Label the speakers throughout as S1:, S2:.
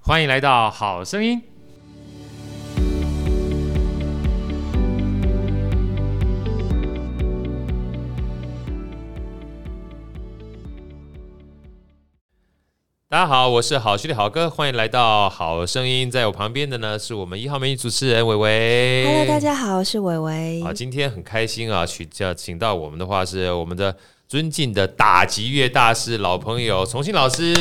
S1: 欢迎来到《好声音》。大家好，我是好兄弟好哥，欢迎来到《好声音》。在我旁边的呢，是我们一号美女主持人伟伟。
S2: Hello，大家好，我是伟伟
S1: 哎好，。今天很开心啊，请叫请到我们的话是我们的尊敬的打击乐大师老朋友重庆老师。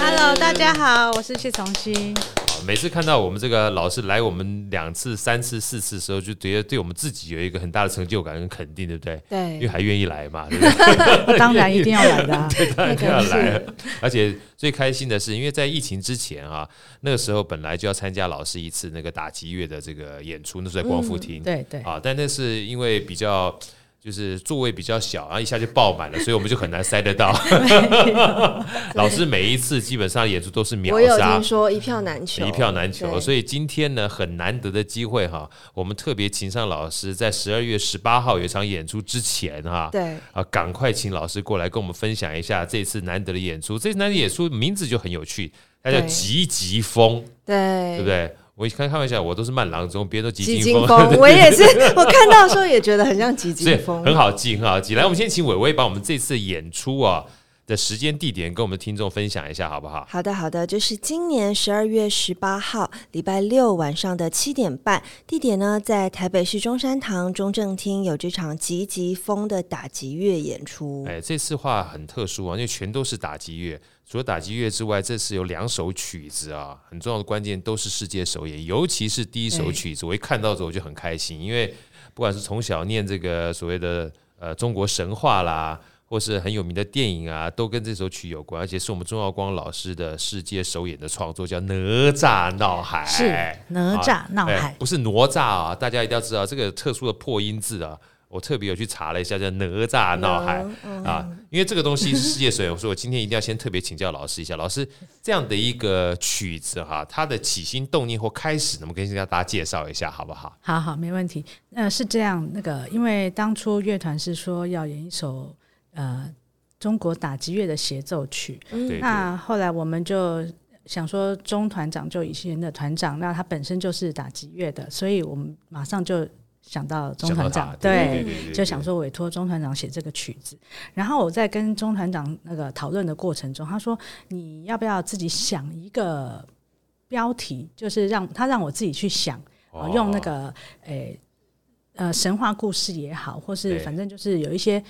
S3: Hello，大家好，我是谢重新。
S1: 好每次看到我们这个老师来我们两次、三次、四次的时候，就觉得对我们自己有一个很大的成就感跟肯定，对不对？因为
S3: 对，
S1: 还愿意来嘛，对不对？
S3: 当然一定要来 的、啊。
S1: 当然
S2: 那个
S1: 要
S2: 是
S1: 来了。而且最开心的是，因为在疫情之前啊，那个时候本来就要参加老师一次那个打击乐的这个演出，那时候在
S2: 嗯
S1: 光复厅、
S3: 对对，
S1: 啊，但那是因为比较就是座位比较小，然后一下就爆满了，所以我们就很难塞 得到。 老师每一次基本上演出都是秒
S2: 我有
S1: 杀
S2: 听。说一票难求，
S1: 一票难求，
S2: 对
S1: 所以今天呢很难得的机会哈，我们特别请上老师，在十二月十八号有一场演出之前哈，
S2: 对
S1: 啊，赶快请老师过来跟我们分享一下这次难得的演出。这次难得的演出名字就很有趣，它叫“
S2: 对
S1: 急急风”，
S2: 对
S1: 对不？对？我一开开玩笑，我都是慢郎中，别人都急
S2: 急
S1: 急
S2: 惊
S1: 风，
S2: 风， 我也是，我看到的时候也觉得很像急
S1: 对
S2: 惊，风，
S1: 很好记，很好记。来，我们先请伟伟把我们这次演出啊的时间、地点跟我们听众分享一下，好不好？
S2: 好的，好的，就是今年十二月十八号礼拜六晚上的七点半，地点呢在台北市中山堂中正厅有这场急急风的打击乐演出。
S1: 哎，这次话很特殊啊，因为全都是打击乐。除了打击乐之外，这次有两首曲子啊，很重要的关键都是世界首演，尤其是第一首
S3: 对
S1: 曲子，我一看到的时候我就很开心，因为不管是从小念这个所谓的呃中国神话啦，或是很有名的电影啊，都跟这首曲有关，而且是我们钟耀光老师的世界首演的创作，叫《哪吒闹海》。
S3: 是哪吒闹
S1: 哎，
S3: 海。
S1: 不是哪吒啊，大家一定要知道这个特殊的破音字啊。我特别有去查了一下，叫哪吒闹海、
S3: 嗯
S1: 啊，因为这个东西是世界水，我说我今天一定要先特别请教老师一下，老师这样的一个曲子哈、它的起心动念或开始，能不能跟大家介绍一下，好不好？
S3: 好好，没问题。呃，是这样，那个，因为当初乐团是说要演一首呃中国打击乐的协奏曲，
S2: 嗯
S1: 对
S3: 那后来我们就想说，钟团长就以前的团长，那他本身就是打击乐的，所以我们马上就想到钟
S1: 想到
S3: 团
S1: 它
S3: 长，
S1: 对
S2: 对
S1: 对对对，
S3: 就想说委托钟团长写这个曲子。然后我在跟钟团长那个讨论的过程中，他说你要不要自己想一个标题，就是让他让我自己去想，
S1: 哦
S3: 哦、用那个诶呃神话故事也好，或是
S1: 对
S3: 反正就是有一些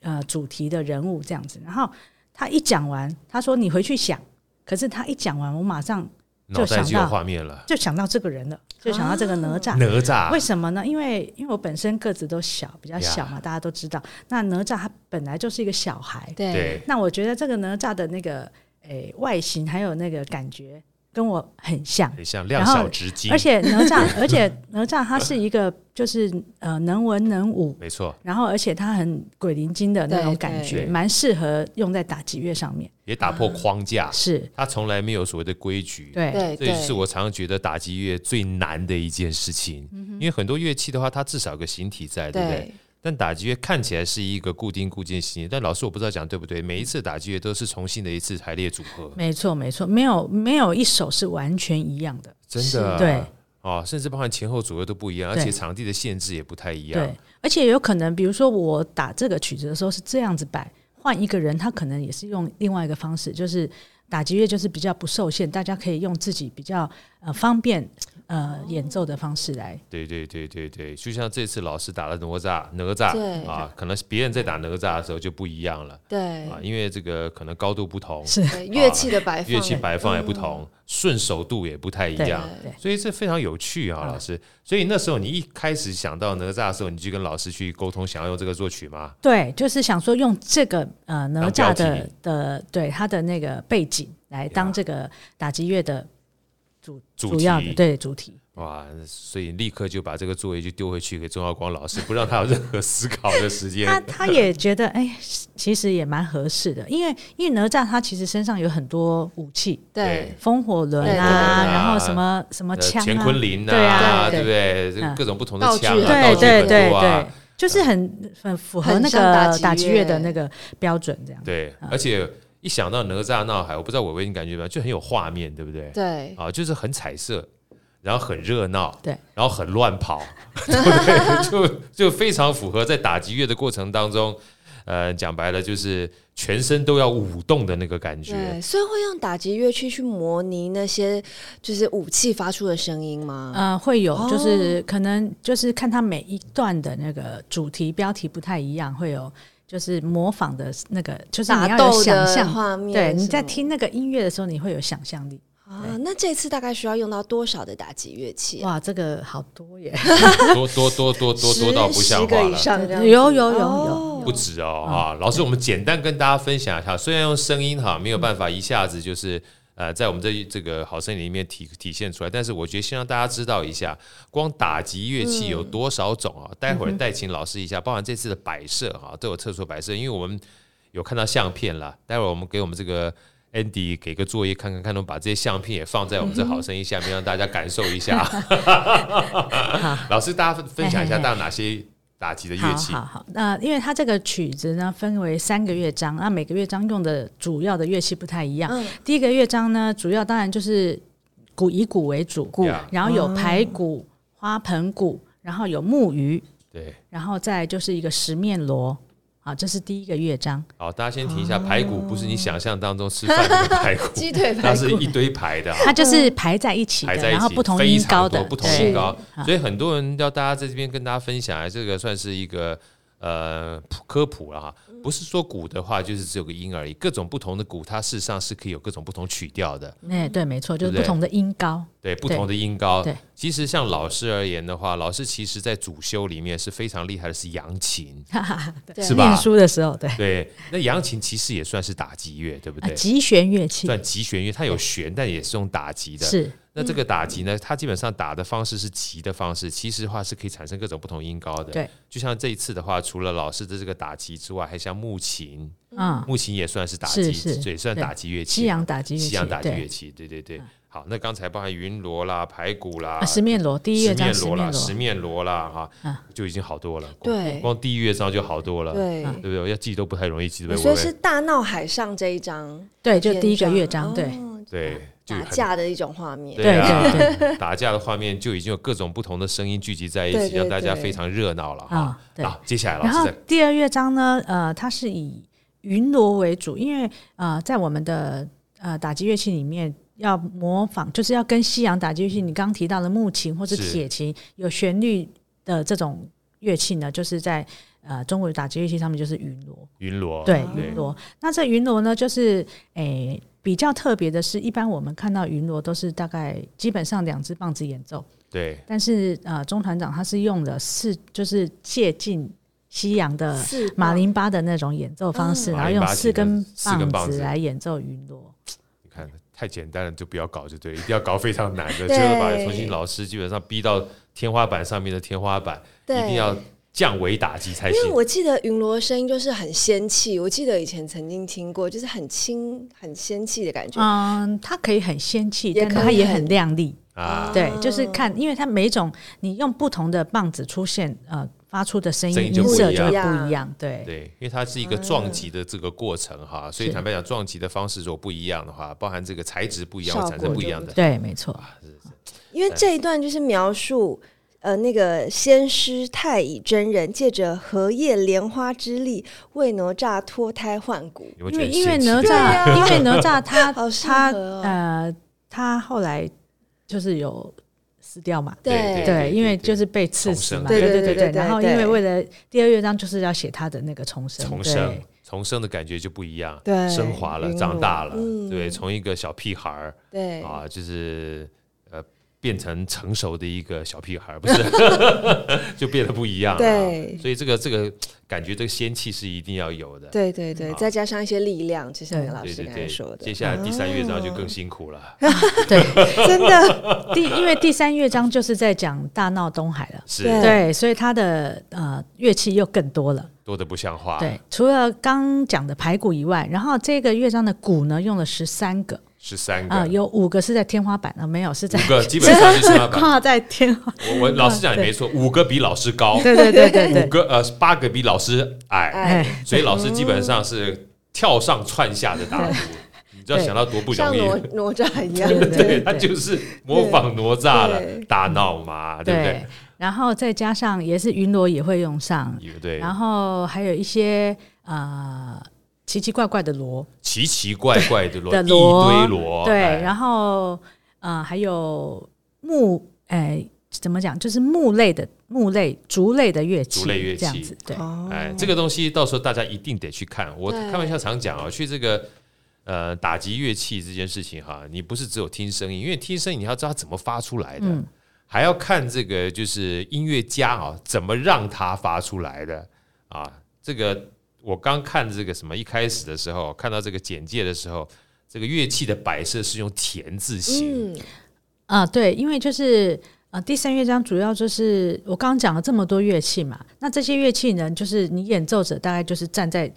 S3: 呃主题的人物这样子。然后他一讲完，他说你回去想，可是他一讲完，我马上
S1: 脑袋就
S3: 就想
S1: 有
S3: 到
S1: 画面了，
S3: 就想到这个人了，就想到这个哪吒。
S1: 啊哪吒
S3: 为什么呢？因为因为我本身个子都小，比较小嘛大家都知道。那哪吒他本来就是一个小孩，
S1: 对
S3: 那我觉得这个哪吒的那个诶、外形还有那个感觉跟我很像，
S1: 很像量
S3: 然后
S1: 小直精，
S3: 而且哪 吒，而且哪吒他是一个就是呃能文能武，
S1: 没错，
S3: 然后而且他很鬼灵精的那种
S2: 对
S3: 感
S1: 对
S3: 觉，蛮适合用在打击乐上面。
S1: 也打破框架，
S3: 是，
S1: 他从来没有所谓的规矩，
S3: 对，
S2: 对
S1: 这
S2: 对，
S1: 就是我常常觉得打击乐最难的一件事情，因为很多乐器的话，它至少有个形体在，对不对？
S2: 对
S1: 但打击乐看起来是一个固定固件形体，但老师我不知道讲对不对，每一次打击乐都是重新的一次排列组合，
S3: 没错没错，没有没有一首是完全一样的。
S1: 真的
S3: 是对
S1: 哦，甚至包含前后左右都不一样，而
S3: 对
S1: 且场地的限制也不太一样
S3: 对，，而且有可能，比如说我打这个曲子的时候是这样子摆，换一个人，他可能也是用另外一个方式，就是打击乐就是比较不受限，大家可以用自己比较呃方便呃演奏的方式来。
S1: 对对对对对，就像这次老师打了哪吒，哪吒
S2: 对
S1: 啊，可能是别人在打哪吒的时候就不一样了
S2: 对
S1: 啊，因为这个可能高度不同，
S3: 是，
S2: 对乐器的摆放，
S1: 乐器摆放也不同，顺手度也不太一
S3: 对
S1: 样。
S3: 嗯对
S1: 所以这非常有趣啊，
S3: 嗯
S1: 老师。所以那时候你一开始想到哪吒的时候，你就跟老师去沟通，想要用这个作曲吗？
S3: 对，就是想说用这个呃哪吒
S1: 当标
S3: 的
S1: 题
S3: 的对他的那个背景来当
S1: 呀
S3: 这个打击乐的主
S1: 主
S3: 主要
S1: 题
S3: 的对主题。
S1: 哇，所以立刻就把这个作业就丢回去给钟耀光老师， 不让他有任何思考的时间。呃
S3: 他他也觉得哎、其实也蛮合适的，因为因为哪吒他其实身上有很多武器，
S2: 对
S3: 风火轮
S2: 对
S3: 啊，
S1: 对
S3: 然后什么什么
S1: 呃
S3: 枪、啊，
S1: 乾坤林
S3: 对啊
S2: 对
S1: 对不对？这个
S3: 嗯
S1: 各种不同的
S2: 道具
S1: 枪啊，
S2: 啊
S1: 道
S3: 对
S1: 具
S3: 对
S1: 很
S3: 对
S1: 多啊
S3: 对，，就是很很符合
S2: 很
S3: 那
S2: 像打
S3: 个
S2: 击
S3: 打击乐
S2: 乐
S3: 的那个标准，这样
S1: 对，而且一想到哪吒闹海，我不知道伟伟你感觉怎么样，就很有画面，对不对？
S4: 对，
S1: 啊，就是很彩色，然后很热闹，
S3: 对，
S1: 然后很乱跑， 对不对？就就非常符合在打击乐的过程当中，呃，讲白了就是全身都要舞动的那个感觉
S4: 对，。所以会用打击乐器去模拟那些就是武器发出的声音吗？
S3: 呃，会有，
S4: 哦
S3: 就是可能就是看它每一段的那个主题标题不太一样，会有就是模仿的那个，就是你
S4: 打
S3: 要有
S4: 斗
S3: 想
S4: 的
S3: 象。
S4: 画面什么，
S3: 对，你在听那个音乐的时候，你会有想象力。
S4: 啊？那这次大概需要用到多少的打击乐器啊？
S3: 哇，这个好多耶！
S1: 多多多多多多到不
S4: 十
S1: 像
S4: 十
S1: 话
S4: 个以
S1: 了。
S4: 上这样子，
S3: 有有有
S4: 哦
S3: 有
S1: 不止哦啊！
S3: 嗯
S1: 老师，我们简单跟大家分享一下，虽然用声音哈没有办法一下子就是呃在我们这这个好声音里面体体现出来，但是我觉得先让大家知道一下，光打击乐器
S3: 嗯
S1: 有多少种啊？待会儿带请老师一下，包含这次的摆设哈都有特殊摆设，因为我们有看到相片啦，待会儿我们给我们这个。Andy 给个作业，看看看能不能把这些相片也放在我们这好声音下面，让大家感受一 下。 老师，大家分享一下，
S3: 嘿嘿嘿
S1: 大家有哪些打击的乐
S3: 好
S1: 器？
S3: 好好，那因为它这个曲子呢分为三个乐章，那每个乐章用的主要的乐器不太
S4: 嗯
S3: 一样。第一个乐章呢，主要当然就是鼓以鼓为主，
S1: 鼓呀
S3: 然后
S4: 嗯
S3: 有排鼓、花盆鼓，然后有木鱼，
S1: 对，
S3: 然后再就是一个十面锣。好，这是第一个乐章。
S1: 好，大家先停一
S3: 哦
S1: 下，排骨不是你想象当中吃饭的那个排 骨，
S4: 鸡腿
S1: 它
S4: 排
S1: 是
S4: 骨
S1: 一堆排的啊，
S3: 它就是排在一起的，
S1: 排在一
S3: 然后
S1: 起，
S3: 不同
S1: 非
S3: 音
S1: 常
S3: 高
S1: 多
S3: 的，啊
S1: 不同
S3: 对
S1: 音高，所以很多人要大家在这边跟大家分享，这个算是一个呃普科普了哈。不是说鼓的话，就是只有个音而已，各种不同的鼓，它事实上是可以有各种不同曲调的。
S3: 哎、对，没错，就
S1: 对
S3: 是
S1: 不对
S3: 不同的音高。
S1: 对不同的音高
S3: 对，
S1: 其实像老师而言的话，老师其实在主修里面是非常厉害的，是扬 琴，
S4: 对
S1: 是
S3: 念
S1: 吧？
S3: 书的时候，对，
S1: 对，那扬琴其实也算是打击乐，对不
S3: 啊
S1: 对？
S3: 击弦乐器
S1: 算击弦乐，它有弦，但也是用打击的。
S3: 是
S1: 那这个打击呢，它基本上打的方式是击的方式，其实的话是可以产生各种不同音高的。
S3: 对，
S1: 就像这一次的话，除了老师的这个打击之外，还像木琴，
S3: 嗯，
S1: 木琴也啊算是打击，
S3: 是是
S1: 也算
S3: 对
S1: 打击乐器嘛。
S3: 西洋打击乐器，
S1: 西洋打击乐
S3: 对，
S1: 器，对对对。好，那刚才包含云锣啦、排鼓啦、
S3: 啊，十面锣，第一
S1: 十
S3: 乐章
S1: 面
S3: 十
S1: 锣啦、
S3: 面
S1: 十
S3: 锣，
S1: 面锣啦，哈、
S3: 啊
S1: 就已经好多了。光
S4: 对
S1: 光第一乐章就好多了，
S4: 对。
S3: 嗯
S1: 对不对？我要记都不太容易记，对
S4: 你
S1: 不对？
S4: 说是大闹海上这一张，
S3: 对，就第一个乐章，
S4: 哦
S3: 对，
S1: 对，就
S4: 打
S3: 啊
S1: 很
S4: 架的一种画面，
S1: 对啊，
S3: 对
S1: 打架的画面就已经有各种不同的声音聚集在一起，
S4: 对对
S1: 让大家
S4: 对
S1: 非常热闹了哈
S3: 啊。对
S1: 好，接下来老
S3: 然
S1: 师
S3: 后
S1: 再
S3: 第二乐章呢，呃，它是以云锣为主，因为呃，在我们的呃打击乐器里面。要模仿，就是要跟西洋打击乐器，你刚刚提到的木琴或是
S1: 是
S3: 铁琴有旋律的这种乐器呢，就是在呃中国的打击乐器上面就是云锣。
S1: 云锣，
S3: 对，
S1: 哦
S4: 嗯
S1: 对
S3: 云锣。那这云锣呢，就是诶、比较特别的是，一般我们看到云锣都是大概基本上两只棒子演奏，
S1: 对
S3: 但是呃，钟团长他是用了四，就是借近西洋的
S4: 是吧
S3: 呃马林巴的那种演奏方式，
S1: 嗯
S3: 然后用四根
S1: 马林巴琴的四根棒
S3: 棒
S1: 子
S3: 子来演奏云锣。
S1: 你看太简单了，就不要搞就对，一定要搞非常难 的，就
S4: 对
S1: 是把重新老师基本上逼到天花板上面的天花板，一
S4: 对
S1: 定要降维打击才
S4: 因为
S1: 行。
S4: 我记得云罗声音就是很仙气，我记得以前曾经听过，就是很轻、很仙气的感觉。
S3: 嗯，它可以很仙气，
S4: 也
S3: 但
S4: 可以
S3: 它也
S4: 很
S3: 很亮丽。
S1: 啊，
S3: 对，就是看，因为它每一种你用不同的棒子出现，呃，发出的声音
S1: 声音就
S3: 音
S1: 不
S3: 色
S1: 一
S3: 就会
S4: 样
S3: 不一样。对，
S1: 对，因为它是一个撞击的这个过程
S4: 嗯
S1: 哈，所以
S3: 是
S1: 坦白讲，撞击的方式如果不一样的话，包含这个材质不一样，
S4: 效
S1: 会
S4: 果
S1: 产生不一样的。
S3: 对，没错。
S4: 因为这一段就是描述，呃，那个先师太乙真人借着荷叶莲花之力为哪吒脱胎换骨，
S1: 你会
S3: 因
S1: 觉得
S3: 为
S1: 很
S3: 因为
S1: 神奇
S3: 哪
S1: 对
S3: 吒，因为哪 吒他
S4: 好适合
S3: 他
S4: 哦
S3: 呃他后来就是有死掉嘛，
S1: 对对
S3: 对，因为就是被刺死嘛，
S1: 重生
S3: 对
S4: 对对
S3: 对
S4: 对对对
S3: 然后因为为了第二乐章就是要写他的那个重生，
S1: 重
S3: 对
S1: 生，重生的感觉就不一样，
S4: 对
S1: 升华了，
S4: 云朵
S1: 长大了，
S4: 嗯
S1: 对，从一个小屁孩儿
S4: 对，
S1: 啊，就是呃，变成成熟的一个小屁孩儿，不 是， 就变得不一样了啊。
S4: 对
S1: 所以这个这个感觉，这个仙气是一定要有的。
S4: 对对
S3: 嗯
S4: 对，再加上一些力量，就像
S3: 对
S4: 老
S1: 对
S4: 师
S1: 对
S4: 刚才
S1: 对
S4: 说，的啊
S1: 接，下来第三乐章就更辛苦了，
S3: 对，
S4: 真的
S3: 第因为第三乐章就是在讲大闹东海了。
S1: 是
S4: 对
S3: 对，所以他的呃乐器又更多了。
S1: 多的不像话。
S3: 对，除了刚讲的排鼓以外，然后这个乐章的鼓呢用了十三个
S1: 十三
S3: 啊、
S1: 个，
S3: 有五个是在天花板啊，没有是在
S1: 五 个基本上就是要把。
S3: 挂在天花。
S1: 我我老师讲也没错，五个比老师高，
S3: 对对对对对
S1: 五，个呃八个比老师矮，
S4: 哎
S3: 哎，
S1: 所以老师基本上是跳上窜下的打鼓，你知道
S3: 对
S1: 想到多不容
S4: 像
S1: 易。
S4: 哪哪吒一样，
S3: 对
S1: 对他就是模仿哪吒了
S4: 对，
S1: 大闹嘛，对不对？
S3: 然后再加上也是云罗也会用上，
S1: 也对，
S3: 然后还有一些呃奇奇怪怪的锣，
S1: 奇奇怪怪 的罗，
S3: 的
S1: 一
S3: 锣
S1: 堆罗，
S3: 对，
S1: 哎
S3: 然后呃还有木哎怎么讲，就是木类的木类竹类的乐器，
S1: 竹类乐器
S3: 这样子对。
S4: 哦
S1: 哎，这个东西到时候大家一定得去看。我
S4: 对
S1: 开玩笑常讲啊，去这个呃打击乐器这件事情哈，你不是只有听声音，因为听声音你要知道它怎么发出来的，
S3: 嗯
S1: 还要看这个就是音乐家啊怎么让它发出来的啊。这个我刚看这个什么一开始的时候，看到这个简介的时候，这个乐器的摆设是用田字形，
S4: 嗯，
S3: 啊、对，因为就是啊、呃第三乐章主要就是我刚刚讲了这么多乐器嘛，那这些乐器呢，就是你演奏者大概就是站在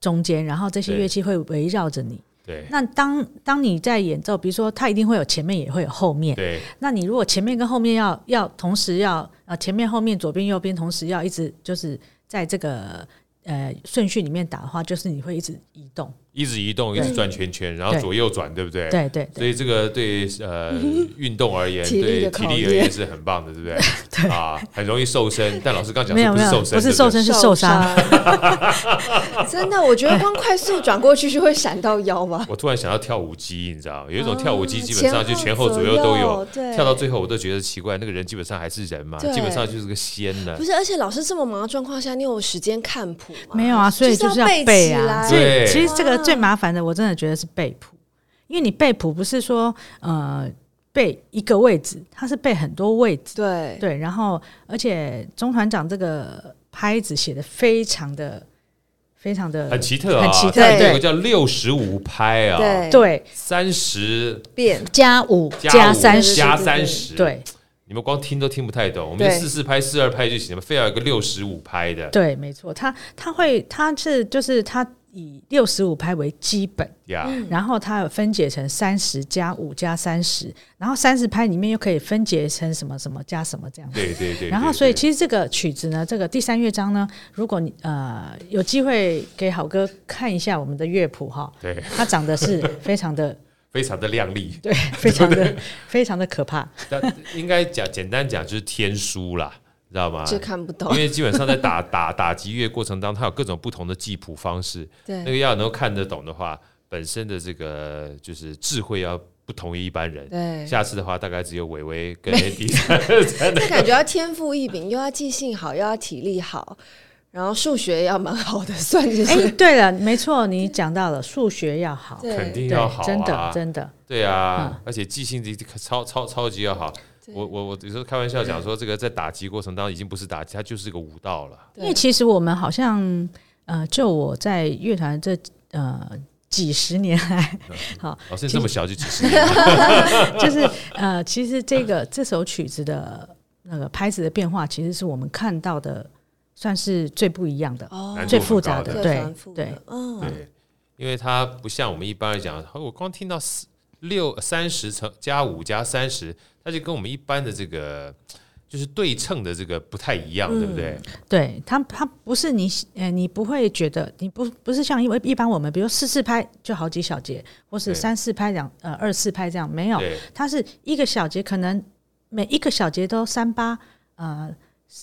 S3: 中间，然后这些
S1: 对
S3: 乐器会围绕着你。
S1: 对
S3: 那当当你在演奏，比如说它一定会有前面，也会有后面。
S1: 对
S3: 那你如果前面跟后面要要同时要呃前面后面左边右边同时要一直就是在这个呃顺序里面打的话，就是你会一直移动。
S1: 一直移动，一直转圈圈，然后
S3: 对
S1: 左右转，对不对？
S3: 对对对
S1: 所以这个对 呃运动而言，
S4: 体力
S1: 对
S4: 的
S1: 体
S4: 考
S1: 力而
S4: 验
S1: 言是很棒的，对不 对？啊，很容易瘦身。但老师刚讲
S3: 没
S1: 说
S3: 有
S1: 不
S3: 没
S1: 是
S3: 有
S1: 瘦身，
S3: 不是瘦身是受伤。
S4: 真的，我觉得光快速转过去就会闪到腰吧
S1: 对不。对。我突然想到跳舞机，你知道吗，有一种
S4: 啊
S1: 跳舞机基本上就前后左右
S4: 前后
S1: 都
S4: 左
S1: 有
S4: 右，对
S1: 跳到最后我都觉得奇怪，那个人基本上还是人嘛，
S4: 对
S1: 基本上就是个仙呢
S4: 不。是，而且老师这么忙的状况下，你有时间看谱吗？
S3: 没有啊，所以
S4: 就是要
S3: 要
S4: 背
S3: 背
S4: 起
S3: 啊。
S4: 来
S3: 所
S1: 对
S3: 以其实这个
S4: 哇
S3: 最麻烦的，我真的觉得是背谱，因为你背谱不是说呃背一个位置，它是背很多位置。
S4: 对，
S3: 对，然后而且中团长这个拍子写的非常的非常的
S1: 很奇特啊
S3: 很奇，特
S1: 它有
S4: 对
S1: 个叫六十五拍啊，
S4: 对
S3: 对，
S1: 三十
S4: 变
S3: 加五
S1: 加
S3: 三
S1: 五
S3: 十，
S1: 加三十，，
S3: 对
S1: 你们光听都听不太懂，我们
S4: 对
S1: 四四拍、四二拍就行了，非要有个六十五拍的
S3: 对，没错，他他会他是就是他以六十五拍为基本。
S1: 呀。
S3: 然后它有分解成三十加五加三十，然后三十拍里面又可以分解成什么什么加什么这样。
S1: 对对对，
S3: 然后，
S1: 对
S3: 所以
S1: 对
S3: 其实这个曲子呢，这个第三乐章呢，如果你呃有机会给好哥看一下我们的乐谱哈，
S1: 对
S3: 它长 得是非常的
S1: 非常的亮丽。
S3: 对，非常的非常的可怕。
S1: 但应该讲简单讲就是天书啦，你知道吗？
S4: 就看不懂
S1: 因。为基本上在打打打击乐过程当中，它有各种不同的记谱方式，那
S4: 对
S1: 个要能够看得懂的话，本身的这个就是智慧要不同于一般人。
S4: 对，
S1: 下次的话，大概只有伟伟跟 AD 才才能
S4: 这感觉要天赋异禀，又要记性好，又要体力好，然后数学也要蛮好的，算这
S3: 哎、
S4: 些。
S3: 对了，没错，你讲到了数学要好，
S4: 对
S1: 肯定
S3: 对
S1: 要好啊，
S3: 真的嗯真的，
S1: 对啊，而且记性这超超超级要好。我我我有时候开玩笑讲说，这个在打击过程当中已经不是打击，它就是个武道了。
S4: 对
S3: 因为其实我们好像呃，就我在乐团这呃几十年来，
S1: 老师你这么小就几 十年了，
S3: 就是呃，其实这个这首曲子的那个拍子的变化，其实是我们看到的，算是最不一样的、
S4: 哦
S1: 难度
S3: 最
S1: 很
S3: 复
S1: 高
S3: 杂
S1: 的
S4: 最
S3: 的，对
S4: 繁复的
S3: 对，
S4: 嗯，
S1: 对，因为它不像我们一般来讲，哦我光听到四六三十乘加五加三十，它就跟我们一般的这个就是对称的这个不太一样，对不对？
S3: 对，它它不是你呃，你不会觉得你不不是像因为一般我们，比如四四拍就好几小节，或是
S1: 对
S3: 三四拍两呃二四拍这样，没有，
S1: 对
S3: 它是一个小节，可能每一个小节都三八呃。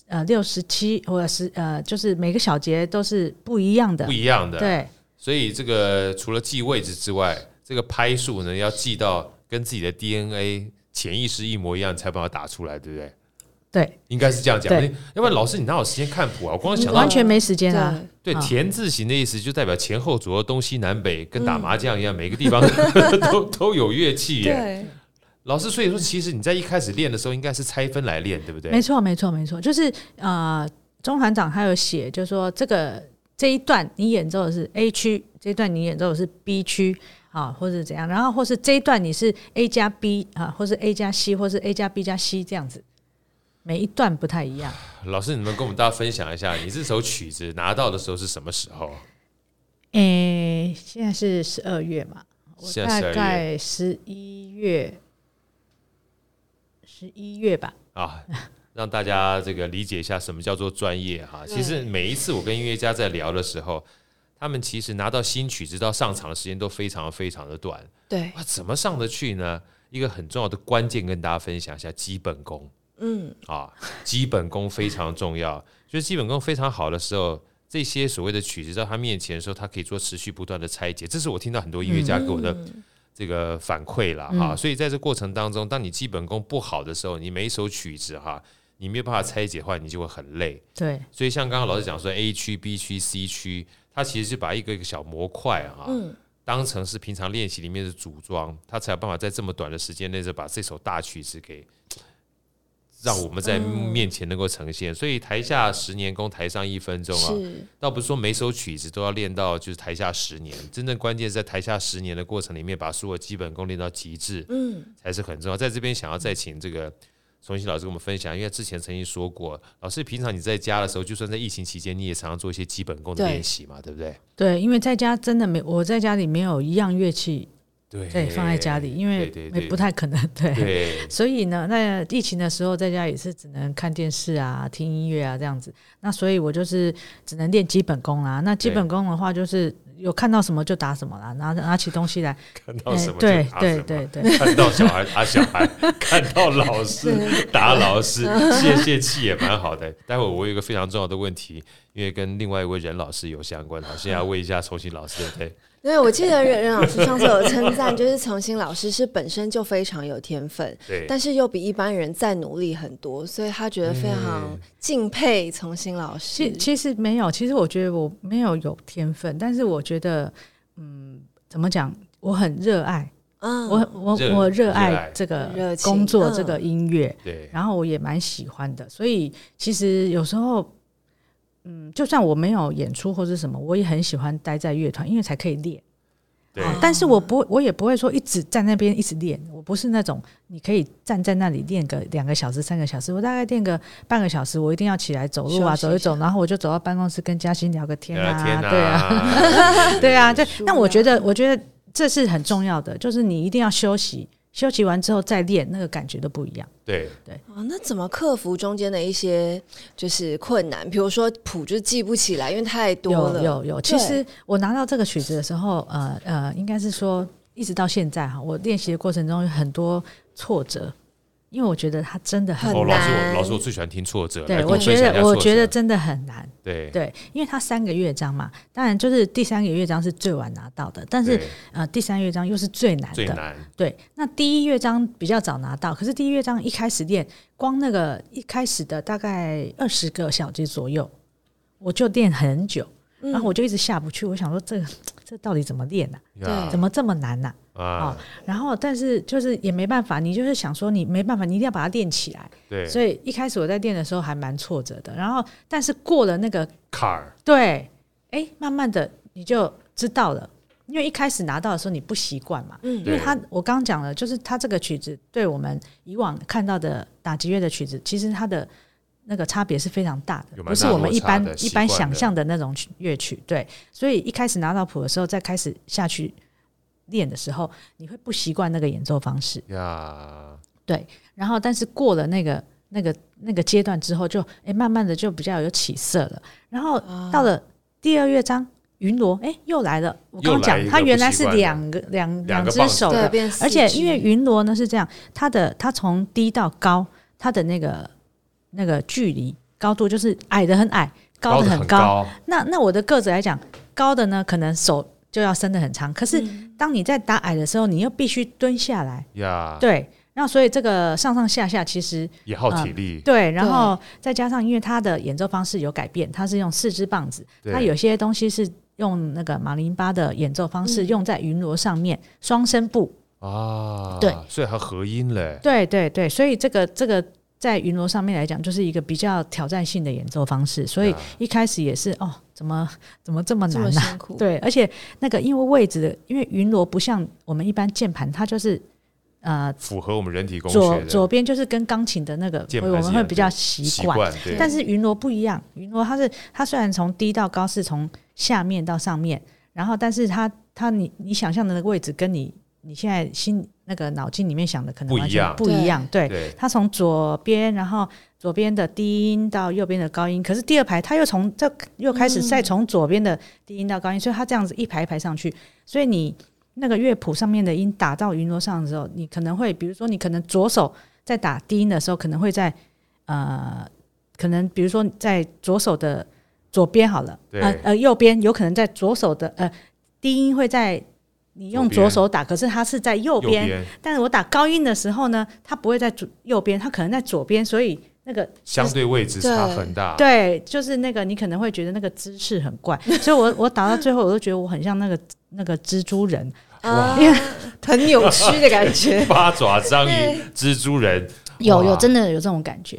S3: 呃，六十七或者是呃，就是每个小节都是不一样的，
S1: 不一样的。
S3: 嗯对，
S1: 所以这个除了记位置之外，这个拍数呢要记到跟自己的 DNA 潜意识一模一样，才把它打出来，对不对？
S3: 对，
S1: 应该是这样讲
S3: 对，嗯
S1: 要不然老师你哪有时间看谱啊？我光想到
S3: 完全没时间啊。
S4: 对
S1: 对
S3: 啊
S1: 田字形的意思，就代表前后左右东西南北，跟打麻将一样，
S3: 嗯
S1: 每个地方 都都有乐器耶。
S4: 对，
S1: 老师，所以说其实你在一开始练的时候，应该是拆分来练，对不对？
S3: 没错，没错，没错，就是呃，中团长他有写，就是说这个这一段你演奏的是 A 区，这一段你演奏的是 B 区啊，或者怎样，然后或是这一段你是 A 加 B 啊，或是 A 加 C，或是 A 加 B 加 C 这样子，每一段不太一样。
S1: 老师，你能跟我们大家分享一下，你这首曲子拿到的时候是什么时候？
S3: 诶、现在是十二月嘛，我
S1: 现在啊
S3: 大
S1: 十二月
S3: 概十一月，十一月吧。
S1: 啊，让大家这个理解一下什么叫做专业哈。其实每一次我跟音乐家在聊的时候，他们其实拿到新曲子到上场的时间都非常非常的短。
S2: 对，
S1: 哇，怎么上得去呢？一个很重要的关键跟大家分享一下，基本功
S2: 嗯，
S1: 啊，基本功非常重要。就是基本功非常好的时候，这些所谓的曲子到他面前的时候，他可以做持续不断的拆解。这是我听到很多音乐家给我的
S2: 嗯
S1: 这个反馈啦，哈、所以在这过程当中，当你基本功不好的时候，你每一首曲子哈，你没有办法拆解的话，你就会很累。
S3: 对，
S1: 所以像刚刚老师讲说 A 区、B 区、C 区，它其实是把一个一个小模块哈、当成是平常练习里面的组装，它才有办法在这么短的时间内就把这首大曲子给让我们在面前能够呈现。所以台下十年功，台上一分钟啊，
S2: 是
S1: 倒不是说每首曲子都要练到就是台下十年，真正关键是在台下十年的过程里面，把所有基本功练到极致，嗯，才是很重要。在这边想要再请这个重新老师跟我们分享，因为之前曾经说过，老师平常你在家的时候，就算在疫情期间，你也常常做一些基本功的
S2: 对
S1: 练习嘛，对不对？
S3: 对，因为在家真的没，我在家里没有一样乐器
S1: 对
S3: 可以放在家里，因为
S1: 对
S3: 没
S1: 对
S3: 不太可能， 对。
S1: 对
S3: 所以呢，那疫情的时候在家也是只能看电视啊、听音乐啊这样子。那所以我就是只能练基本功啦。那基本功的话，就是有看到什么就打什么啦，拿拿起东西来。
S1: 看到什么就
S3: 哎对
S1: 打什
S3: 对
S1: 么。
S3: 对对，
S1: 看到小孩打小 孩，看到老师打老师，泄泄气也蛮好的。待会我有一个非常重要的问题，因为跟另外一位任老师有相关，我现在要问一下重新老师，对不对？
S2: 对，我记得任任老师上次有称赞，就是从新老师是本身就非常有天分，
S1: 对
S2: 但是又比一般人再努力很多，所以他觉得非常敬佩从新老师
S3: 嗯其。其实没有，其实我觉得我没有有天分，但是我觉得，嗯，怎么讲？我很热爱，
S2: 嗯，
S3: 我我
S1: 热
S3: 我热
S1: 热
S3: 爱
S1: 爱
S3: 这个
S2: 热情
S3: 工作，
S2: 嗯
S3: 这个音乐。
S1: 对
S3: 然后我也蛮喜欢的，所以其实有时候，嗯，就算我没有演出或是什么，我也很喜欢待在乐团，因为才可以练。
S1: 对
S3: 啊但是我不会，我也不会说一直站那边一直练，我不是那种你可以站在那里练个两个小时、三个小时，我大概练个半个小时，我一定要起来走路啊，
S2: 休息一
S3: 走一走，然后我就走到办公室跟嘉欣聊个天
S1: 聊天
S3: 对啊，
S1: 啊，
S3: 对啊， 对
S2: 舒。
S3: 那我
S2: 压
S3: 觉得，我觉得这是很重要的，就是你一定要休息，休息完之后再练，那个感觉都不一样。
S1: 对
S2: 哦，那怎么克服中间的一些就是困难？比如说谱就记不起来，因为太多了。
S3: 有有有，其实我拿到这个曲子的时候，呃呃，应该是说一直到现在哈，我练习的过程中有很多挫折，因为我觉得它真的很
S2: 很
S1: 哦，老师我
S2: 难
S1: 老师我最喜欢听挫折，来
S3: 对
S1: 跟
S3: 我
S1: 分
S3: 觉
S1: 享一下
S3: 得我
S1: 挫折
S3: 觉得真的很难，
S1: 对
S3: 对，因为它三个乐章嘛，当然就是第三个乐章是最晚拿到的，但是
S1: 对
S3: 呃第三乐章又是最难
S1: 最
S3: 的，
S1: 难，
S3: 对，那第一乐章比较早拿到，可是第一乐章一开始练，光那个一开始的大概二十个小节左右，我就练很久，然后我就一直下不去。我想说这个 这到底怎么练呢、啊
S1: 呀
S3: 怎么这么难呢、
S1: 啊
S3: 哦，然后但是就是也没办法，你就是想说你没办法，你一定要把它练起来。
S1: 对
S3: 所以一开始我在练的时候还蛮挫折的，然后但是过了那个
S1: 坎儿，
S3: 对，哎，慢慢的你就知道了，因为一开始拿到的时候你不习惯嘛，
S2: 嗯
S3: 因为
S1: 对
S3: 他我刚刚讲了，就是他这个曲子对我们以往看到的打击乐的曲子，其实它的那个差别是非常大的，
S1: 有蛮
S3: 不是
S1: 大
S3: 我们
S1: 落
S3: 一
S1: 差
S3: 般
S1: 的习
S3: 一般
S1: 惯
S3: 想
S1: 的
S3: 象的那种曲乐曲。对，所以一开始拿到谱的时候，再开始下去练的时候，你会不习惯那个演奏方式。
S1: 呀，
S3: 然后但是过了那个那个那个阶段之后就，诶哎慢慢的就比较有起色了。然后到了第二乐章，云罗哎又来了。我
S1: 又
S3: 刚
S1: 来
S3: 讲
S1: 一，个
S3: 它
S1: 不
S3: 原
S1: 习
S3: 来是
S1: 惯的
S3: 两个两
S1: 两个
S3: 只
S1: 棒
S3: 手
S2: 对，
S3: 的，
S2: 变四
S3: 而且
S2: 肢
S3: 因为云罗呢是这样，它的它从低到高，它的那个那个距离高度就是矮的很矮，高
S1: 得
S3: 的
S1: 很
S3: 很高。，那那我的个子来讲，高的呢可能手就要伸得很长，可是当你在打矮的时候，你又必须蹲下来，
S1: 呀，
S3: 对。那所以这个上上下下其实
S1: 也耗体力，
S3: 嗯对，然后再加上因为它的演奏方式有改变，它是用四支棒子，
S1: 对
S3: 它有些东西是用那个马林巴的演奏方式用在云罗上面，双声部，
S1: 啊，
S3: 对，
S1: 所以还合音嘞，
S3: 对对对，所以这个这个在云罗上面来讲，就是一个比较挑战性的演奏方式，所以
S1: 呀
S3: 一开始也是哦，怎么怎么这么
S2: 这
S3: 难
S2: 么
S3: 呢、
S2: 辛苦，
S3: 对，而且那个因为位置的，因为云罗不像我们一般键盘，它就是呃
S1: 符合我们人体工
S3: 左
S1: 学
S3: 左
S1: 的
S3: 边就是跟钢琴的那个，
S1: 键
S3: 我
S1: 盘是
S3: 们
S1: 一
S3: 会
S1: 样
S3: 比较
S1: 的
S3: 习
S1: 习
S3: 惯。
S1: 惯，对，
S3: 但是云罗不一样，云罗它是它虽然从低到高是从下面到上面，然后但是它它你你想象的那个位置跟你你现在心那个脑筋里面想的可能
S1: 不一
S3: 完全
S1: 样
S3: 不一样。对，
S1: 对，
S3: 他从左边，然后左边的低音到右边的高音，可是第二排他又从这又开始再从左边的低音到高音，所以他这样子一排一排上去，所以你那个乐谱上面的音打到云罗上的时候，你可能会，比如说你可能左手在打低音的时候，可能会在呃，可能比如说在左手的左边好了，
S1: 对
S3: 呃呃右边有可能在左手的呃低音会在。你用
S1: 左边
S3: 左手打，可是它是在右
S1: 右
S3: 边，
S1: 边
S3: 但是我打高音的时候呢，它不会在左右边，它可能在左边，所以那个
S1: 相对位置差很大，。
S3: 对，就是那个你可能会觉得那个姿势很怪， 所以我我打到最后，我都觉得我很像那个那个蜘蛛人，
S4: 啊，很扭曲的感觉
S1: 八爪章鱼、蜘蛛人，
S3: 有
S1: 哇
S3: 有真的有这种感觉，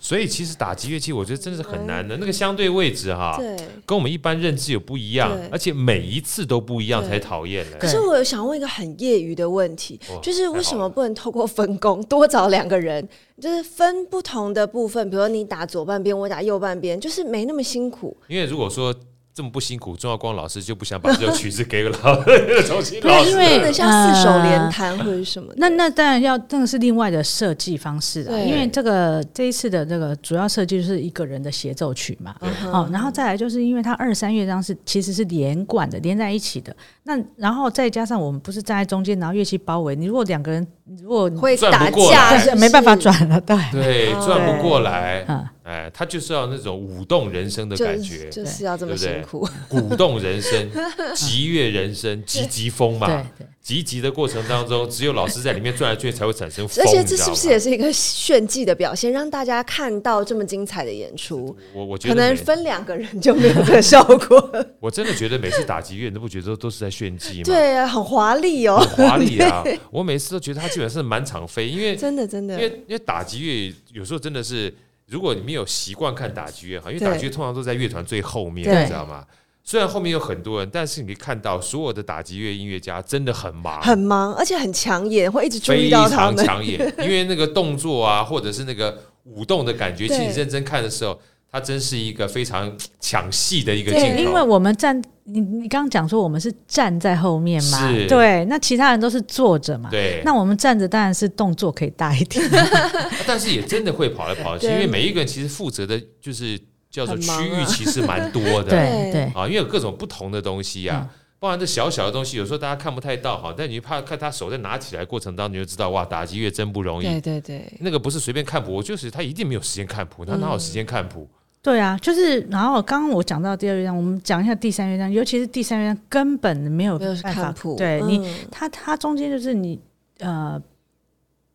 S1: 所以其实打击乐器，我觉得真的是很难的。那个相对位置哈，
S4: 对，
S1: 跟我们一般认知有不一样
S4: 对，
S1: 而且每一次都不一样
S4: 对
S1: 才讨厌呢
S4: 可。是我有想问一个很业余的问题
S1: 哇，
S4: 就是为
S1: 太
S4: 什
S1: 好
S4: 么
S1: 了
S4: 不能透过分工多找两个人，就是分不同的部分，比如说你打左半边，我打右半边，就是没那么辛苦。
S1: 因为如果说这么不辛苦，钟耀光老师就不想把这首曲子给老 重新老
S3: 因
S1: 师。
S3: 为
S4: 不能像四手连
S3: 呃
S4: 弹或者什么的。
S3: 那那当然要，那个是另外的设计方式啊，
S4: 对
S3: 因为这个这一次的这个主要设计就是一个人的协奏曲嘛，
S4: 嗯
S1: 对
S3: 哦，然后再来就是因为它二三乐章是其实是连贯的，连在一起的，那然后再加上我们不是站在中间，然后乐器包围，你如果两个人如果你
S4: 会
S1: 转
S4: 打
S1: 不过来
S4: 架
S3: 但
S1: 但
S3: 是没办法。转了，对，
S1: 对，
S4: 哦
S1: 转不过来，
S3: 嗯
S1: 哎，他就是要那种舞动人生的
S4: 就
S1: 感觉，
S4: 就是要这么辛苦，
S1: 鼓动人 生，极乐人生，积极风
S3: 对
S1: 嘛。
S3: 对，
S1: 积极的过程当中，只有老师在里面转来转去才会产生风，
S4: 而且这
S1: 你知道
S4: 是不是
S1: 吗
S4: 也是一个炫技的表现，让大家看到这么精彩的演出？
S1: 我我觉
S4: 可
S1: 得
S4: 能
S1: 每
S4: 分两个人就没有这个效 果。
S1: 我真的觉得每次打击乐，你都不觉得都都是在炫技吗？，
S4: 对啊，很华丽哦，
S1: 很华丽啊！我每次都觉得他基本上是满场飞，因为
S4: 真的真的
S1: 因。为因为打击乐有时候真的是，如果你没有习惯看打击乐哈，因为
S4: 对
S1: 打击乐通常都在乐团最后面，
S4: 对
S1: 你知道吗？虽然后面有很多人，但是你可以看到所有的打击乐音乐家真的很忙，
S4: 很忙，而且很抢眼，会一直注
S1: 非
S4: 意到他
S1: 常
S4: 们。
S1: 抢眼， 因为那个动作啊，或者是那个舞动的感觉，其
S4: 对
S1: 实你认真看的时候，它真是一个非常抢戏的一个
S4: 对
S1: 镜头。
S3: 因为我们站，你你刚刚讲说我们是站在后面嘛
S1: 是，
S3: 对，那其他人都是坐着嘛，
S1: 对，
S3: 那我们站着当然是动作可以大一点，
S1: 啊但是也真的会跑来跑去，
S4: 对
S1: 因为每一个人其实负责的就是叫做
S4: 很
S1: 区
S4: 忙啊
S1: 域，其实蛮多的。
S3: 对嗯
S4: 对
S3: 对
S1: 啊，因为有各种不同的东西呀、包含这小小的东西，有时候大家看不太到哈，但你怕看他手在拿起来过程当中，你就知道哇，打击乐真不容易。
S4: 对对，
S1: 那个不是随便看谱，我就是他一定没有时间看
S3: 嗯
S1: 谱，他哪有时间看谱？
S3: 对啊，就是然后刚刚我讲到第二乐章，我们讲一下第三乐章，尤其是第三乐章根本没有
S4: 没有
S3: 办法
S4: 看谱，
S3: 对你
S4: 嗯
S3: 它它中间就是你呃，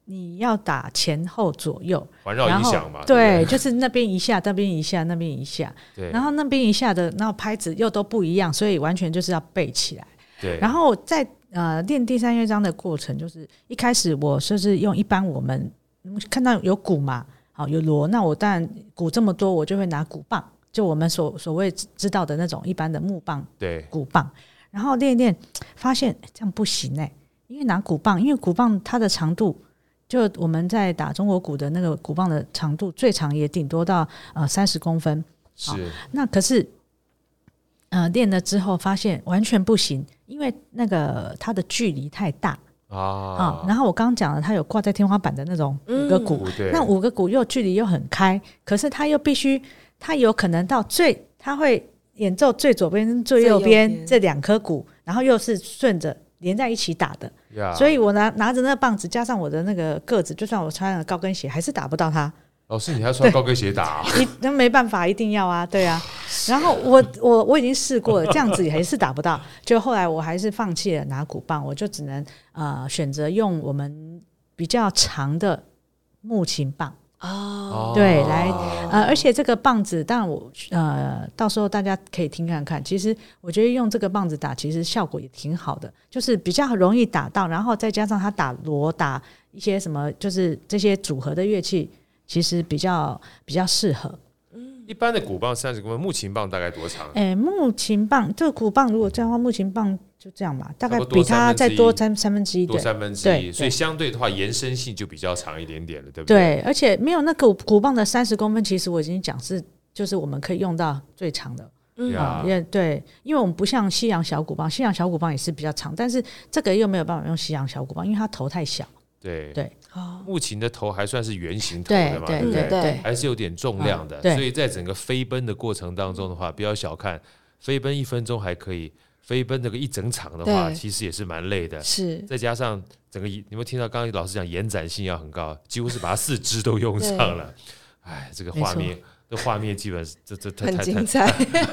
S3: 你要打前后左右，
S1: 环绕
S3: 然
S1: 音
S3: 后
S1: 响嘛，
S3: 对，
S1: 不
S3: 就是那边一下，那边一下，那边一下，
S1: 对，
S3: 然后那边一下的，然后拍子又都不一样，所以完全就是要背起来。
S1: 对，
S3: 然后在呃练第三乐章的过程，就是一开始我就是用一般我们嗯看到有鼓嘛，好有锣，那我当然鼓这么多，我就会拿鼓棒，就我们所所谓知道的那种一般的木棒
S1: 对
S3: 鼓棒，然后练一练，发现哎这样不行哎、因为拿鼓棒，因为鼓棒它的长度，就我们在打中国鼓的那个鼓棒的长度，最长也顶多到呃三十公分，
S1: 是，
S3: 那可是，呃，练了之后发现完全不行，因为那个它的距离太大啊
S1: 啊。，
S3: 然后我刚刚讲了，它有挂在天花板的那种五个鼓，
S1: 对，
S3: 那五个鼓又距离又很开，可是它又必须，它有可能到最，它会演奏最左边跟最
S4: 最
S3: 右
S4: 右
S3: 边
S4: 边
S3: 这两颗鼓，然后又是顺着连在一起打的，
S1: 呀
S3: 所以我拿拿着那棒子，加上我的那个个子，就算我穿了高跟鞋，还是打不到它。
S1: 老师你还穿高跟鞋打啊，
S3: 一那没办法，一定要啊，对啊。然后我我我已经试过了，这样子也还是打不到。 就后来我还是放弃了拿鼓棒，我就只能呃选择用我们比较长的木琴棒。
S4: 哦，
S3: 对来呃，而且这个棒子，当然我呃，到时候大家可以听看看。其实我觉得用这个棒子打，其实效果也挺好的，就是比较容易打到，然后再加上它打锣、打一些什么，就是这些组合的乐器，其实比较比较适合。
S1: 一般的鼓棒三十公分，木琴棒大概多长？
S3: 哎，木琴棒，这个鼓棒如果这样的话，木琴棒就这样嘛，大概
S1: 差不多
S3: 比它再多
S1: 三
S3: 三三分之一，
S1: 多
S3: 对
S1: 三分之
S3: 对
S1: 一，
S3: 对
S1: 所以相对的话延伸性就比较长一点点了，对不对？
S3: 对，而且没有那个鼓鼓棒的三十公分，其实我已经讲是就是我们可以用到最长的
S1: 对
S3: 啊
S1: 啊，，
S3: 因为对，因为我们不像西洋小鼓棒，西洋小鼓棒也是比较长，但是这个又没有办法用西洋小鼓棒，因为它头太小。
S1: 对
S3: 对
S4: 哦，
S1: 木琴的头还算是圆形头
S3: 对
S1: 的嘛，
S3: 对
S1: 不
S3: 对
S4: 对
S3: 对
S1: 还是有点重量的
S3: 嗯，对
S1: 所以在整个飞奔的过程当中的话，不要小看飞奔一分钟还可以，飞奔这个一整场的话，
S4: 对
S1: 其实也是蛮累的。
S4: 是
S1: 再加上整个延，你有没有听到刚刚老师讲延展性要很高，几乎是把它四肢都用上了。哎，这个画面，这画面基本这这太
S4: 很
S1: 太
S4: 精
S1: 太
S4: 彩，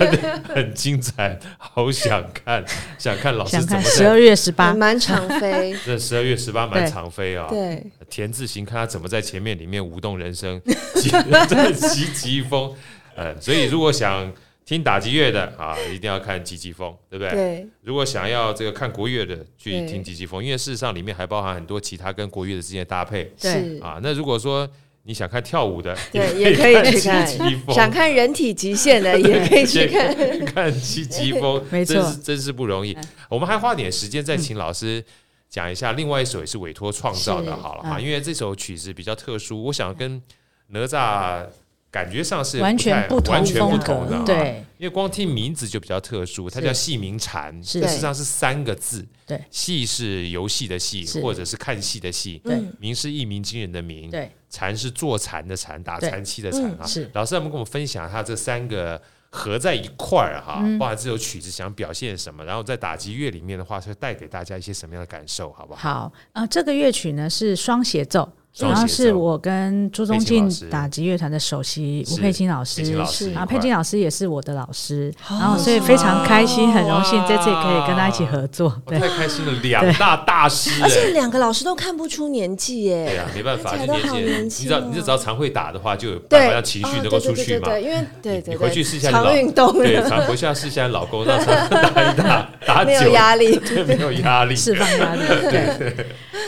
S1: 很精彩，好想看，想看老师
S3: 想
S1: 怎
S3: 看
S1: 么
S3: 十二
S1: 在。
S3: 月十八，
S4: 满场飞
S1: 这十二月十八满
S3: 对
S1: 场飞啊、
S4: 对，
S1: 田志行看他怎么在前面里面舞动人生， 急在急急风，呃，所以如果想听打击乐的啊，一定要看急急风，对不对？
S4: 对，
S1: 如果想要这个看国乐的，去
S4: 对
S1: 听急急风，因为事实上里面还包含很多其他跟国乐的之间的搭配
S3: 对，
S4: 是，
S1: 啊。那如果说你想看跳舞的，
S4: 对，也可以去
S1: 看
S4: 看
S1: 急急。风，
S4: 想看人体极限的，也 可以去看。
S1: 看 看七级风，
S3: 没错嗯
S1: 真是真是不容易。我们还花点时间再请老师讲一下另外一首也是委托创造的，
S3: 是
S1: 好了哈，
S3: 嗯
S1: 因为这首曲子比较特殊，我想跟哪吒感觉上是
S3: 完全
S1: 不
S3: 不
S1: 太
S3: 同
S1: 完全不
S3: 风
S1: 同的
S3: 格
S1: 啊，，
S3: 对
S1: 因为光听名字就比较特殊，它
S3: 是
S1: 叫戏名禅，
S3: 是
S1: 事实上是三个字，
S3: 对
S1: 戏是游戏的戏，
S3: 是
S1: 或者是看戏的戏，
S3: 对
S4: 嗯
S1: 名是一鸣惊人的鸣，
S3: 对，
S1: 禅是坐禅的禅，打
S3: 对
S1: 禅七的禅
S4: 嗯
S1: 啊。
S3: 是
S1: 老师，我们跟我们分享他这三个合在一块儿哈，
S4: 嗯
S1: 包含这首曲子想表现什么，然后在打击乐里面的话，是带给大家一些什么样的感受，好不好？
S3: 好，呃，这个乐曲呢是双协奏。
S1: 双
S3: 然后
S1: 协
S3: 是
S1: 奏
S3: 我跟朱宗
S1: 佩琴
S3: 进
S1: 老师
S3: 打击乐团的首席吴
S1: 是
S3: 佩琴老师
S1: 佩琴老师一
S3: 然
S4: 啊
S1: 块
S3: 后佩金老师也是我的老师，
S4: 哦
S3: 然后所以非常开心，很荣幸
S1: 哇
S3: 这次也可以跟他一起合作。
S1: 我
S3: 对，
S1: 太开心了，两大大 师、
S4: 而且
S1: 哎
S4: 两个老师都看不出年纪
S1: 对
S4: 耶，
S1: 啊，没办法，
S4: 看
S1: 这
S4: 起来
S1: 年
S4: 都好
S1: 纪人，
S4: 年
S1: 你
S4: 轻
S1: 只要
S4: 哦
S1: 你只要常会打的话，就有办
S4: 对
S1: 法，让情绪
S4: 哦
S1: 能够
S4: 对
S1: 出
S4: 对
S1: 去
S4: 对
S1: 嘛。
S4: 对对因为对
S1: 你
S4: 对
S1: 回
S4: 对，
S1: 去试一下你老
S4: 常运动
S1: 对，
S4: 了，
S1: 常回去要试一下你老公，让他打一打，打
S4: 没有
S1: 久了，
S4: 压力。
S1: 对， 没有压力。
S3: 释放压力。 对。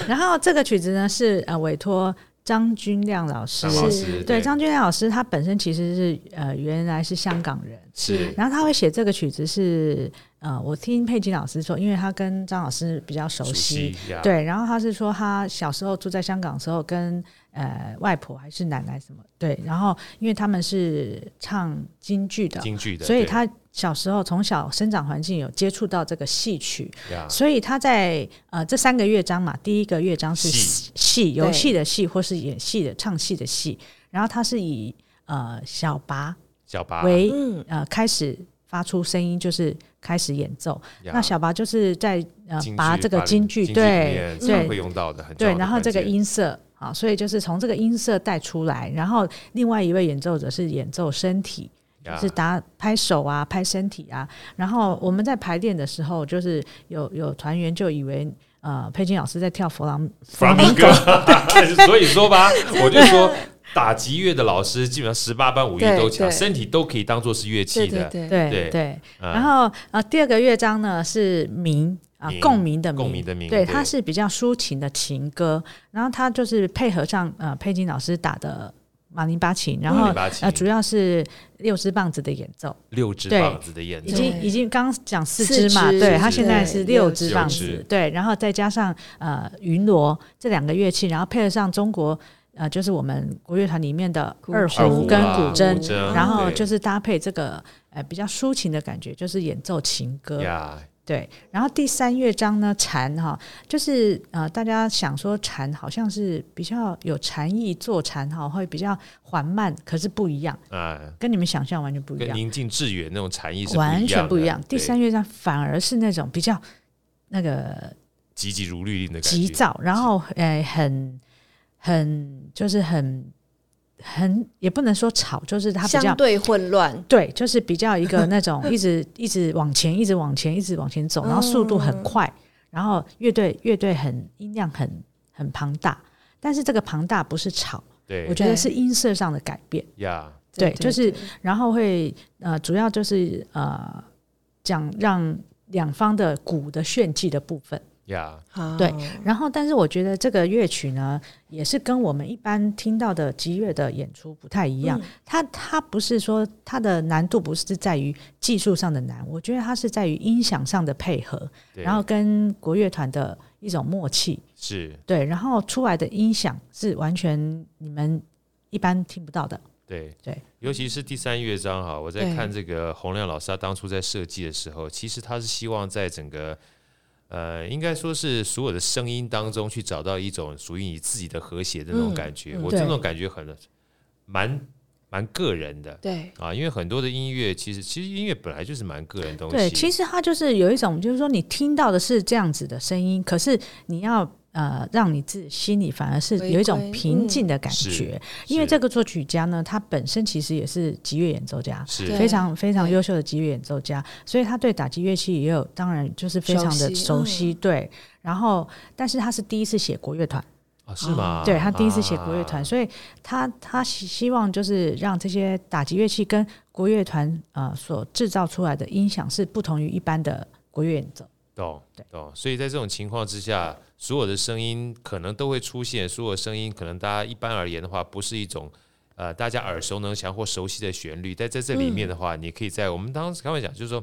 S3: 然后这个曲子呢是呃委托张君亮老师
S1: 张，老
S4: 是
S1: 师，
S3: 对张君亮老师他本身其实是呃原来是香港人，
S1: 是
S3: 然后他会写这个曲子是呃我听佩金老师说，因为他跟张老师比较熟
S1: 熟
S3: 悉。
S1: 悉呀，
S3: 对，然后他是说他小时候住在香港的时候跟，呃外婆还是奶奶什么对，然后因为他们是唱京剧的，
S1: 京剧的，
S3: 所以
S1: 对
S3: 他小时候从小生长环境有接触到这个戏曲，
S1: 呀
S3: 所以他在呃这三个乐章嘛，第一个乐章是
S1: 戏
S3: 戏游戏的戏，或是演戏的唱戏的戏，然后他是以呃小拔
S1: 小八
S3: 为、
S4: 嗯，
S3: 呃开始发出声音，就是开始演奏。
S1: 呀
S3: 那小拔就是在呃
S1: 京剧
S3: 拔这个
S1: 把
S3: 京剧，
S1: 里
S3: 对
S1: 面常会
S3: 对
S1: 用到的，很重要
S3: 对，
S1: 的
S3: 然后这个
S1: 环节
S3: 音色。啊，所以就是从这个音色带出来，然后另外一位演奏者是演奏身体，
S1: 呀
S3: 就是打拍手啊，拍身体啊。然后我们在排练的时候，就是有有团员就以为呃佩金老师在跳佛朗佛朗
S1: Flamingo 所以说 吧，我就说打击乐的老师基本上十八般武艺
S4: 对
S1: 都强，
S4: 对
S1: 身体都可以当做是乐器
S4: 对对
S1: 的，
S4: 对，
S3: 对
S1: 对
S3: 对
S1: 嗯
S3: 然后呃第二个乐章呢是鸣啊、
S1: 鸣
S3: 共鸣的
S1: 嗯共鸣的鸣对
S3: 对，它是比较抒情的情歌，然后它就是配合上呃佩金老师打的。马林巴琴，然
S1: 马
S3: 后
S1: 林巴琴
S3: 呃，主要是六支棒子的演奏，
S1: 六支棒子的演
S3: 已
S1: 奏，
S3: 经
S4: 对
S3: 已经刚讲四
S4: 四
S3: 支嘛，
S4: 支
S3: 对，
S1: 四
S3: 它
S1: 支
S3: 现在
S4: 对
S3: 是
S4: 六
S3: 六
S1: 支
S3: 支棒
S1: 六
S3: 子
S1: 支，
S3: 对，然后再加上呃云锣这两个乐器，然后配合上中国呃就是我们国乐团里面的
S4: 古
S3: 二
S1: 二胡
S3: 胡跟
S1: 啦
S3: 古筝
S1: 古，筝
S3: 然后
S1: 对
S3: 就是搭配这个呃比较抒情的感觉，就是演奏情歌，
S1: 呀，
S3: 对。然后第三乐章呢禅哈，就是呃大家想说禅好像是比较有禅意，坐禅哈会比较缓慢，可是不一样，
S1: 啊，
S3: 跟你们想象完全不一
S1: 跟
S3: 样。
S1: 宁静致远那种禅意是
S3: 完全
S1: 不
S3: 不
S1: 一
S3: 一
S1: 样
S3: 样
S1: 的。。
S3: 第
S1: 对
S3: 三乐章反而是那种比较那个
S1: 急急如律令的感觉，
S3: 急躁，然后呃很很就是很很也不能说吵，就是它比
S4: 相
S3: 较。
S4: 对混乱，
S3: 对，就是比较一个 那种一直一直往前，一直往前，一直往前走，然后速度
S4: 嗯
S3: 很快，然后乐队乐队很音量很很庞大，但是这个庞大不是吵，我
S1: 对
S3: 觉得
S4: 对
S3: 是音色上的改变。
S1: 呀，
S3: 对就是然后会呃，主要就是呃，讲让两方的鼓的炫技的部分。
S1: 呀，
S4: 啊
S3: 对然后，但是我觉得这个乐曲呢，也是跟我们一般听到的吉乐的演出不太一样。它它不是说它的难度不是在于技术上的难，我觉得它是在于音响上的配合，
S1: 对
S3: 然后跟国乐团的一种默契。
S1: 是
S3: 对，然后出来的音响是完全你们一般听不到的。
S1: 对
S3: 对，
S1: 尤其是第三乐章哈，我在
S3: 对
S1: 看这个洪亮老师他当初在设计的时候，其实他是希望在整个呃，应该说是所有的声音当中去找到一种属于你自己的和谐的那种
S4: 嗯
S1: 感觉。
S4: 嗯
S1: 我这
S3: 对
S1: 种感觉很蛮蛮个人的
S4: 对，
S1: 啊，因为很多的音乐其实其实音乐本来就是蛮个人的东西。
S3: 对，其实它就是有一种，就是说你听到的是这样子的声音，可是你要呃让你自己心里反而是有一
S4: 回
S3: 种
S4: 归
S3: 平静的感
S1: 嗯是
S3: 觉，因为
S1: 是
S3: 这个作曲家呢，他本身其实也是吉乐演奏家。
S1: 是
S4: 对
S3: 非常非常
S4: 对
S3: 优秀的吉乐演奏家，所以他对打击乐器也有，当然就是非
S4: 熟
S3: 常
S4: 悉
S3: 的熟
S1: 嗯
S3: 悉。对，然后但是他是第一次写国乐团，
S1: 啊，是吗？
S3: 嗯对他第一次写国乐团，
S1: 啊
S3: 所以他他希希望就是让这些打击乐器跟国乐团呃所制造出来的音响是不同于一般的国乐演奏。
S1: 懂
S3: 对
S1: 懂，所以在这种情况之下，所有的声音可能都会出现，所有声音可能大家一般而言的话，不是一种呃大家耳熟能详或熟悉的旋律，但在这里面
S4: 嗯
S1: 的话，你可以在我们当时开玩笑，就是说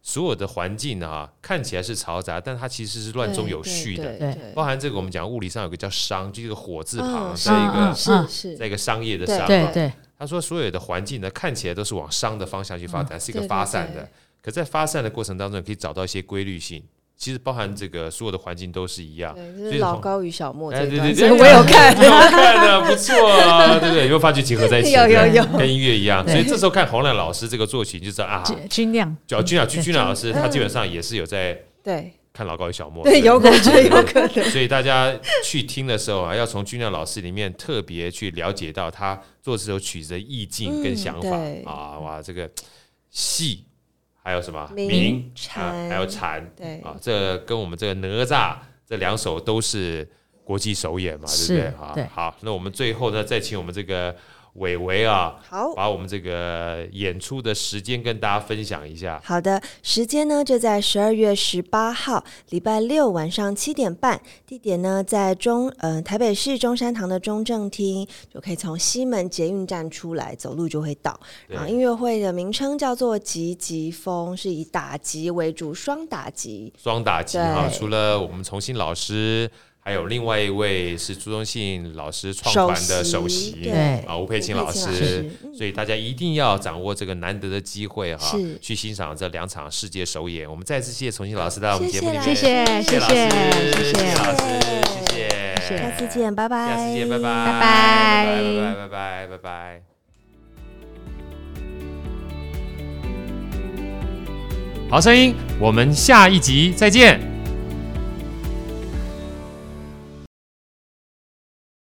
S1: 所有的环境啊看起来是嘈杂，但它其实是乱中有序的，
S4: 对，
S3: 对
S4: 对
S1: 包含这个我们讲物理上有个叫商，就一个火字旁，
S4: 嗯
S1: 在一
S3: 嗯
S1: 个
S3: 嗯
S4: 是是，
S1: 在一个商业的
S4: 对
S1: 商啊，
S3: 对对
S1: 他说所有的环境呢，看起来都是往商的方向去发展，是一个
S4: 嗯对对
S1: 发散的。
S4: 对
S1: 可在发散的过程当中，你可以找到一些规律性。其实包含这个所有的环境都是一样。
S4: 对，就
S1: 所
S4: 是
S1: 以
S4: 老
S1: 从
S4: 高与小莫
S1: 啊哎
S4: 这
S1: 对
S4: 一段，
S1: 对对
S4: 所以 我有看，
S1: 有看的，不错啊，对不对？有没有发觉结合在一起？
S4: 有有
S1: 对
S4: 有
S1: 跟音乐一样。
S3: 对
S1: 所以这时候看洪亮老师这个作曲，你就知道啊，
S3: 军军亮
S1: 就君啊雅君君老师，
S4: 对
S1: 他基本上也是有在
S4: 对
S1: 看老高与小莫。
S4: 对，有可能有可能，
S1: 所以大家去听的时候啊，要从君亮老师里面特别去了解到他做这首曲子的意境跟想法、
S4: 嗯对
S1: 啊，哇，这个戏还有什么
S4: 鸣
S1: 鸣啊
S4: 蝉，
S1: 还有蝉
S4: 对
S1: 啊，这跟我们这个哪吒这两首都是国际首演嘛，对不
S3: 是
S1: 对啊？
S3: 对
S1: 好，那我们最后呢，再请我们这个伟伟啊，
S4: 好。
S1: 把我们这个演出的时间跟大家分享一下。
S4: 好的，时间呢就在十二月十八号礼拜六晚上七点半，地点呢在中呃台北市中山堂的中正厅，就可以从西门捷运站出来，走路就会到。
S1: 对
S4: 然后音乐会的名称叫做“集集风”，是以打击为主，双打击。
S1: 双打击哈，
S4: 对
S1: 除了我们重新老师，还有另外一位是朱宗信老师创团的首
S4: 首
S1: 席，
S4: 席
S3: 对
S1: 啊，吴佩琴老
S4: 吴佩
S1: 师
S4: 琴。老师
S1: 所以大家一定要掌握这个难得的机会哈
S4: 是，
S1: 去欣赏这两场世界首演。我们再次谢谢重新老师到我们节目里面，
S4: 谢谢
S3: 谢
S1: 谢
S3: 谢
S1: 老师，
S3: 谢谢
S1: 谢老师，谢谢，
S3: 谢
S4: 下次见，拜拜，
S1: 下次见，拜拜，
S3: 拜拜
S1: 拜拜，拜拜，拜拜。好声音，我们下一集再见。